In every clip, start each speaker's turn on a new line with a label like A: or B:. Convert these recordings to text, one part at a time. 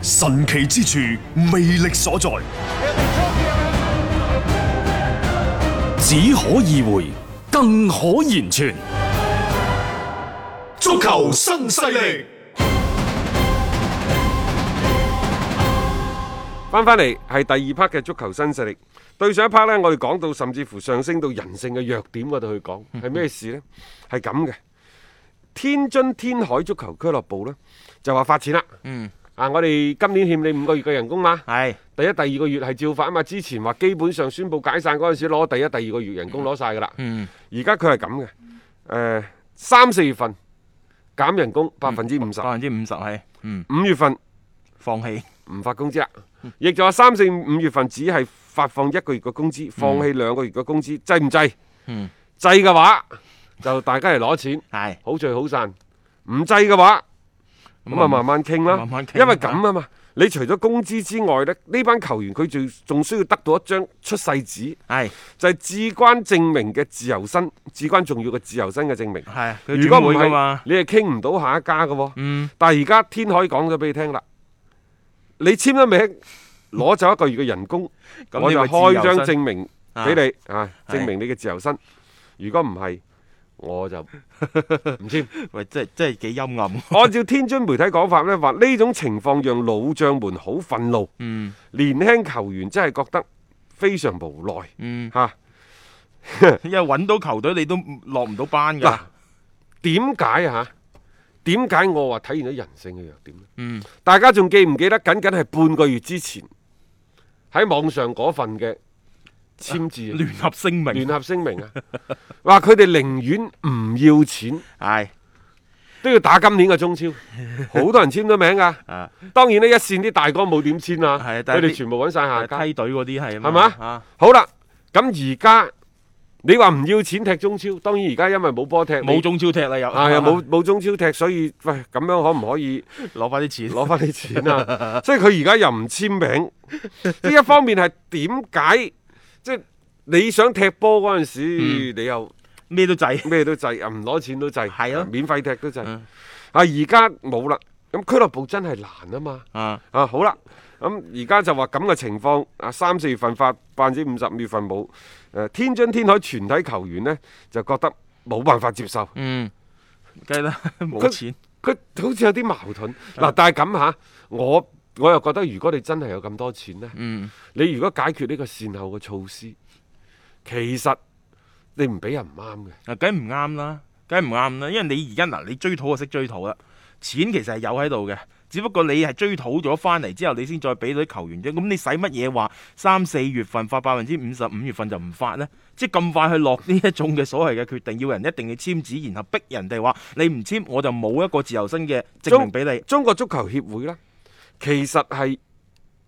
A: 神奇之處，魅力所在，
B: 只可意會，更可言傳。
A: 足球新勢力。
C: 翻翻嚟係第二 part 嘅足球新勢力。對上一 part 呢，我哋講到甚至乎上升到人性嘅弱點嗰度去講，係咩事呢？係咁嘅。天津天海足球俱樂部呢，就話發錢啦。嗯。啊，我哋今年欠你五個月嘅人工嘛。
D: 係
C: 第一、第二個月係照發啊嘛。之前話基本上宣布解散嗰陣時攞第一、第二個月人工攞晒㗎啦。而家佢係咁嘅。誒、三四月份減人工百分之五十，
D: 百分之五十係，嗯，
C: 五月份。
D: 放棄
C: 唔發工資啦，亦就話三四五月份只係發放一個月嘅工資，放棄兩個月嘅工資，制唔制？
D: 嗯
C: 制嘅話就大家嚟攞錢，
D: 係
C: 好聚好散；唔制嘅話，咁啊
D: 啊
C: 慢慢傾啦。
D: 慢慢傾
C: 因為咁啊嘛，你除咗工資之外呢，呢班球員佢仲仲需要得到一張出世紙，
D: 係
C: 就係、至關證明嘅自由身，至關重要嘅自由身嘅證明。
D: 係，啊佢
C: 如果唔
D: 轉會㗎
C: 係
D: 嘛，，
C: 你係傾唔到下一家嘅喎。
D: 嗯
C: 但係而家天海講咗俾你聽啦，你簽咗名，攞走一個月嘅人工，
D: 咁
C: 我
D: 你
C: 就
D: 咪
C: 開
D: 自由
C: 張
D: 身
C: 證明俾你啊，證明你嘅自由身。如果唔係，我 就唔簽。
D: 喂，真係真係幾陰暗，
C: 按照天津媒體講法呢，話呢種情況讓老將們好憤怒，
D: 嗯
C: 年輕球員真係覺得非常無奈
D: 嗯，
C: 嚇。
D: 因為揾到球隊你都落唔到班
C: 嗱
D: 㗎，，
C: 點解嚇？點解我話體現咗人性嘅弱點咧？
D: 嗯，
C: 大家仲記唔記得？僅僅係半個月之前喺網上嗰份嘅簽字啊
D: 聯合聲
C: 聯
D: 明
C: 合聲明啊， 話佢哋寧願唔要錢
D: 係
C: 都要打今年嘅中 超，好多人簽咗名噶。
D: 啊，
C: 當然呢，一線啲大哥冇點簽啦，
D: 係但
C: 佢
D: 係
C: 哋
D: 啲
C: 全部揾晒下家。
D: 梯隊嗰啲係
C: 係嘛
D: 啊，
C: 好啦，咁而家你話唔要錢踢中超，當然而家因為冇波踢，
D: 冇
C: 你
D: 中超踢啦又，
C: 啊又冇冇中超踢，所以喂咁樣可唔可以？
D: 攞翻啲錢，
C: 攞翻啲錢啊！所以佢而家又唔簽 名，即係一方面係點解？即係你想踢波嗰陣
D: 嗯
C: 時，你又
D: 咩都制，
C: 咩都制，啊唔攞錢都制，
D: 係咯
C: 免費踢都制。啊
D: 嗯，
C: 而家冇啦，咁俱樂部真係難啊嘛。
D: 啊
C: 啊，好啦，咁而家就話咁嘅情況，啊三四月份發百分之五十，五月份冇。誒、呃天津天海全體球員呢，就覺得冇辦法接受。
D: 嗯，梗係啦，冇
C: 佢
D: 錢，
C: 佢好似有啲矛盾
D: 嗯
C: 嗱，但係咁嚇，我我又覺得如果你真係有咁多錢呢，
D: 嗯
C: 你如果解決呢個善後嘅措施，其實你唔俾人唔啱嘅。
D: 啊，梗係唔啱啦，梗係唔啱啦，因為你而家嗱，你追討就識追討啦，錢其實係有喺度嘅，只不過你係追討咗翻嚟之後，你先再俾到啲球員啫。咁你使乜嘢話三四月份發百分之五十，五月份就唔發呢？即係咁快去落呢一種嘅所謂嘅決定，要人一定要簽字，然後逼人哋話你唔簽，我就冇一個自由身嘅證明俾你。
C: 中國足球協會呢，其實係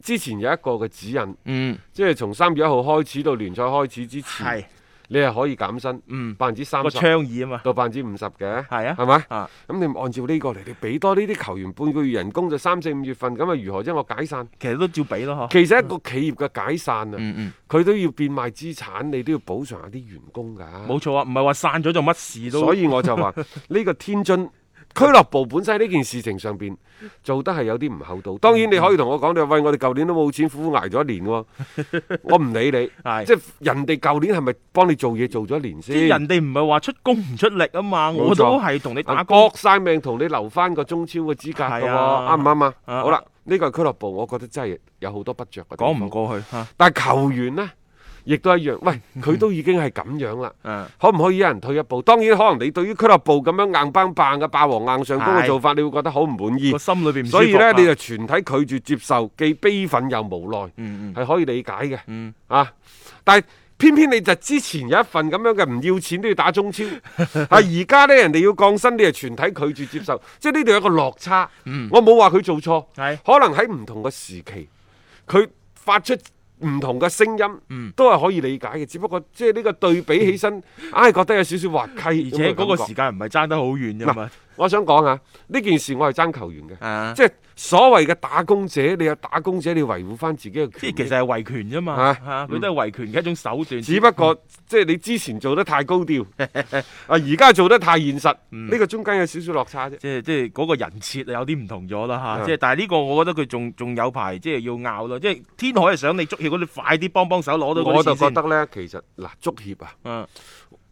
C: 之前有一個嘅指引，
D: 嗯，
C: 即係從三月一號開始到聯賽開始之前，
D: 係，
C: 你係可以減薪
D: 嗯，
C: 百分之三
D: 個
C: 十
D: 倡議啊嘛，
C: 到百分之五十嘅，
D: 係啊
C: 係咪？
D: 啊，
C: 咁你咪按照呢個嚟，你俾多呢啲球員半個月人工就三四五月份，咁啊如何啫？我解散。
D: 其實都照俾咯，嗬。
C: 其實一個企業嘅解散啊，
D: 嗯嗯，
C: 佢都要變賣資產，你都要補償下啲員工㗎。
D: 冇錯啊，唔係話散咗就乜事都。
C: 所以我就 話呢個天津俱樂部本身喺呢件事情上邊做得係有啲唔厚道。當
D: 嗯
C: 然你可以同我講，你話喂，我哋舊年都冇錢，苦苦捱咗一年喎， 我唔理你。
D: 係
C: 即係人哋舊年係咪幫你做嘢做咗一年
D: 即
C: 先？
D: 係人哋唔係話出工唔出力啊嘛，
C: 冇錯
D: 我都係同你打
C: 啊搏
D: 工。
C: 晒命同你留翻個中超嘅資格㗎喎，
D: 係啊
C: 啱唔啱啊？
D: 啊
C: 好啦，呢個係俱樂部，我覺得真係有好多不着嘅地方。
D: 講唔過去嚇，啊
C: 但係球員呢，亦都一樣。 喂，佢都已經係咁樣啦。
D: 嗯
C: 可唔可以一人退一步？當然，可能你對於俱樂部咁樣硬邦邦嘅霸王硬上弓嘅
D: 係
C: 做法，你會覺得好唔滿意
D: 個。心裏邊唔舒服
C: 所以呢，
D: 啊
C: 你就全體拒絕接受，既悲憤又無奈，係、
D: 嗯
C: 可以理解嘅。
D: 嗯
C: 啊，但係偏偏你就之前有一份咁樣嘅唔要錢都要打中 超，啊而家呢，人哋要降薪，你就全體拒絕接受，即係呢度有一個落差。我冇話佢做錯，
D: 嗯係
C: 可能喺唔同嘅時期，佢發出。唔同嘅聲音，
D: 嗯
C: 都係可以理解嘅，只不過即係呢個對比起身，唉，覺得有少少滑稽。
D: 而且嗰個
C: 時
D: 時間唔係爭得好遠啫嘛，
C: 我想講下呢件事我係爭球員嘅，
D: 啊
C: 即係所謂嘅打工者，你有打工者，你維護翻自己嘅權
D: 即係其
C: 益。
D: 實係維權啫嘛，
C: 係
D: 嚇佢都係維權嘅一種手段。
C: 啊只不過即係你之前做得太高調， 啊而家做得太現實，
D: 嗯
C: 呢個中間有少少落差啫。
D: 即係即係嗰個人設啊有啲唔同咗啦
C: 嗯
D: 嚇，即係但係呢個我覺得佢仲仲有排即係要拗咯，即係天海係想你足協嗰啲快啲幫幫手攞到嗰
C: 我就
D: 啲錢
C: 覺
D: 先
C: 得。呢，其實嗱，足協啊，
D: 嗯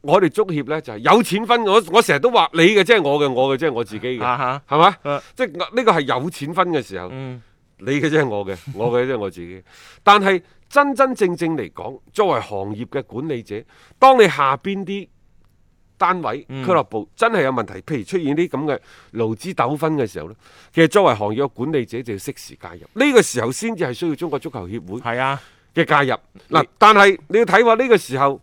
C: 我哋足協呢就係有錢分，我我成日都話你嘅即係我嘅，我嘅即係我自己嘅，
D: 啊嚇，
C: 係嘛
D: 啊？
C: 即係呢個係有錢分嘅時候，
D: 嗯
C: 你嘅即係我嘅， 我嘅即係我自己。但係真真正正嚟講，作為行業嘅管理者，當你下邊啲單位、
D: 嗯
C: 俱樂部真係有問題，譬如出現啲咁嘅勞資糾紛嘅時候呢，其實作為行業嘅管理者就要適時介入。呢、個時候先至係需要中國足球協會
D: 係啊，
C: 嘅介入。嗱，但係你要睇話呢個時候。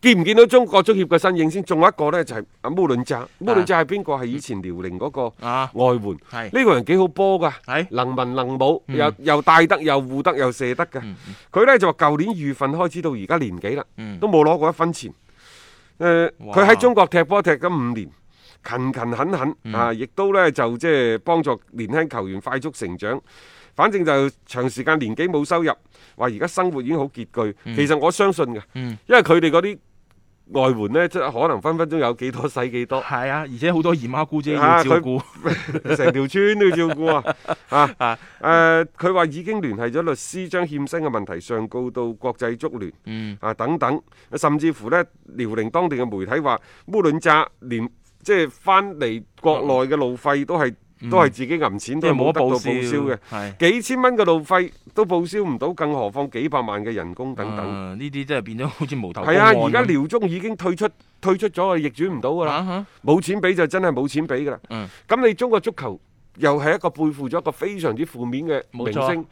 C: 見唔見到中國足協嘅身影先？仲有一個呢，就係阿穆倫扎，穆倫扎係邊個？係以前遼寧嗰個
D: 啊
C: 外援。
D: 係
C: 呢個人幾好波㗎，
D: 係嗯
C: 能文能武，又又帶得又護得又射得嘅。佢呢就話舊年二月份開始到而家年幾啦，
D: 嗯
C: 都冇攞過一分錢。誒，
D: 哇
C: 佢喺中國踢波踢咗五年，勤勤懇懇、
D: 嗯
C: 啊，亦都呢就即係幫助年輕球員快速成長。反正就長時間年紀冇收入，話而家生活已經好拮據。其實我相信嘅，
D: 嗯
C: 因為佢哋嗰啲外援呢，即係可能分分鐘有幾多使幾多。
D: 係啊，而且好多姨媽姑姐
C: 啊
D: 要照
C: 佢
D: 顧，
C: 成條村都要照顧 啊！啊
D: 啊，
C: 誒，佢話已經聯繫咗律師，將欠薪嘅問題上告到國際足聯
D: 嗯
C: 啊等等，甚至乎呢，遼寧當地嘅媒體話，烏倫扎連即係翻嚟國內嘅路費都係都係自己揞錢，
D: 即
C: 都
D: 係
C: 係冇
D: 冇
C: 得
D: 得
C: 到報
D: 報
C: 銷
D: 銷
C: 嘅。
D: 係。
C: 幾千蚊嘅路費都報銷唔到，更何況幾百萬嘅人工等等。
D: 啊呢啲真係變咗好似無頭
C: 係啊，
D: 公
C: 而
D: 案
C: 家
D: 咁
C: 遼中已經退出退出咗啊，逆轉唔到㗎啦。
D: 啊哈
C: 冇錢俾就真係冇錢俾㗎啦。
D: 嗯
C: 咁、你中國足球又係一個背負咗一個非常之負面嘅明
D: 冇錯
C: 星。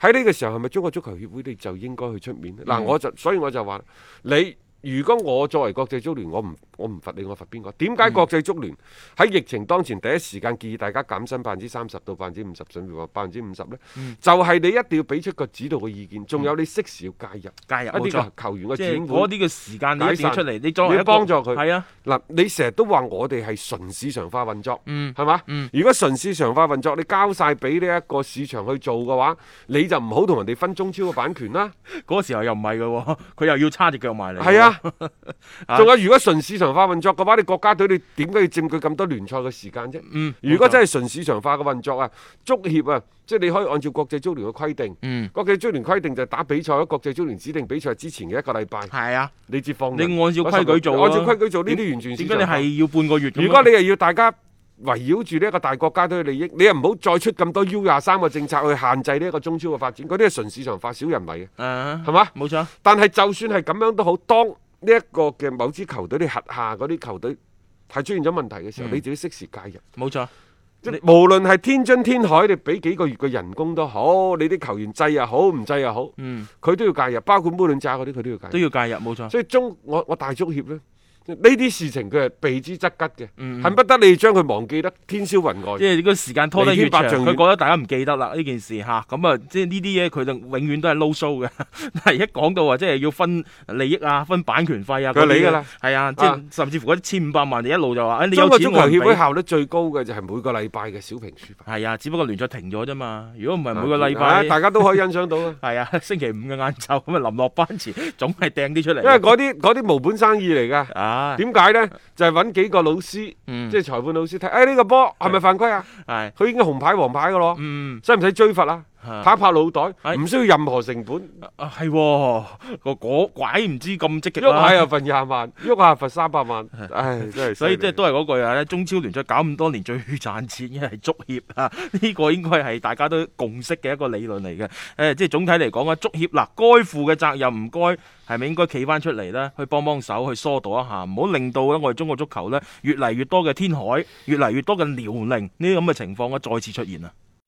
C: 喺呢個時候係咪中國足球協會你就應該去出面呢
D: 嗯
C: 嗱、我就所以我就話你。如果我作為國際足聯，我唔我唔罰你，我罰邊個？點
D: 嗯
C: 解國際足聯喺疫情當前第一時間建議大家減薪百分之三十到百分之五十，甚至話百分之五十呢？
D: 嗯
C: 就係你一定要俾出個指導嘅意見，仲有你適時要介入
D: 介入
C: 一啲
D: 冇錯，
C: 嘅球員嘅
D: 即係
C: 轉
D: 嗰
C: 會。
D: 啲嘅時間你一定要出嚟，你作
C: 你
D: 為
C: 要
D: 一
C: 幫助佢
D: 係啊，
C: 嗱，你成日都話我哋係純市場化運作，
D: 嗯
C: 係嘛？
D: 嗯
C: 如果純市場化運作，你交晒俾呢一個市場去做嘅話，你就唔好同人哋分中超嘅版權啦。
D: 嗰個時候又唔係嘅喎， 佢又要叉只腳埋嚟。
C: 係，啊，
D: 啊
C: 仲有如果純市場化運作嘅話，你國家隊你點解要佔據咁多聯賽嘅時間啫？
D: 嗯，
C: 如果
D: 冇錯
C: 真係純市場化嘅運作啊，足協啊，即係你可以按照國際足聯嘅規定，
D: 嗯
C: 國際足聯規定就係打比賽，喺國際足聯指定比賽之前嘅一個禮拜，
D: 係啊，
C: 你接放
D: 你
C: 人
D: 按照規矩做啊
C: 按照規矩做呢啲
D: 點
C: 完全市
D: 點解
C: 場
D: 你
C: 化
D: 係要半個月咁樣？啊
C: 如果你又要大家圍繞住呢一個大國家隊嘅利益，你又唔好再出咁多 U 廿三個政策去限制呢一個中超嘅發展，嗰啲係純市場化、小人為嘅，
D: 啊
C: 係嘛？
D: 冇錯，
C: 但係就算係咁樣都好，當呢一個嘅某支球隊你轄下嗰啲球隊係出現咗問題嘅時候，
D: 嗯
C: 你自己適時介入。
D: 冇錯，
C: 即係無論係天津天海，你俾幾個月嘅人工都好，你啲球員制又好，唔制又好，
D: 嗯，
C: 佢都要介入，包括烏倫炸嗰啲，佢都要介入
D: 都。要介入，冇錯。
C: 所以中我我大足協呢，呢啲事情佢係避之則吉嘅，
D: 嗯
C: 恨不得你將佢忘記得天霄雲外。
D: 即係個時間拖得越長，
C: 離天百丈遠
D: 佢覺得大家唔記得啦呢件事吓，咁啊，即係呢啲嘢佢就永遠都係撈 show 嘅。 但係一講到話即係要分利益啊、分版權費啊，
C: 佢
D: 嗰啲
C: 理㗎啦，
D: 係啊，即
C: 啊
D: 係甚至乎嗰千五百萬，你一路就話，誒哎你
C: 中
D: 有
C: 國
D: 錢
C: 足球
D: 我唔
C: 協會
D: 俾。
C: 效率最高嘅就係每個禮拜嘅小評書法。
D: 係啊，只不過聯賽停咗啫嘛。如果唔係每個禮拜。
C: 啊，大家都可以欣賞到啊
D: 係啊，星期五嘅晏晝咁啊，臨落班前總係掟啲出嚟。
C: 因為嗰啲嗰啲無本生意嚟㗎。
D: 啊，
C: 點解呢？就係揾幾個老師，
D: 嗯
C: 即係裁判老師睇，誒呢個波係咪犯規啊？
D: 係
C: 佢已經紅牌黃牌㗎咯，
D: 嗯
C: 使唔使追罰啊？
D: 啊
C: 拍一拍腦袋，
D: 係
C: 唔需要任何成本，
D: 啊係喎個果拐唔知咁積極啊
C: 喐下又
D: 啦。
C: 罰廿萬，喐下罰三百萬，唉，真係
D: 所以即係
C: 係
D: 都係嗰句啊！咧，中超聯賽搞咁多年最賺錢嘅係足協啊， 呢、個應該係大家都共識嘅一個理論嚟嘅。誒、即係總體嚟講啊，足協嗱該負嘅責任唔該係咪應該企翻出嚟呢？去幫幫手，去疏導一下，唔好令到咧我哋中國足球呢越嚟越多嘅天海，越嚟越多嘅遼寧呢啲咁嘅情況啊再次出現啊！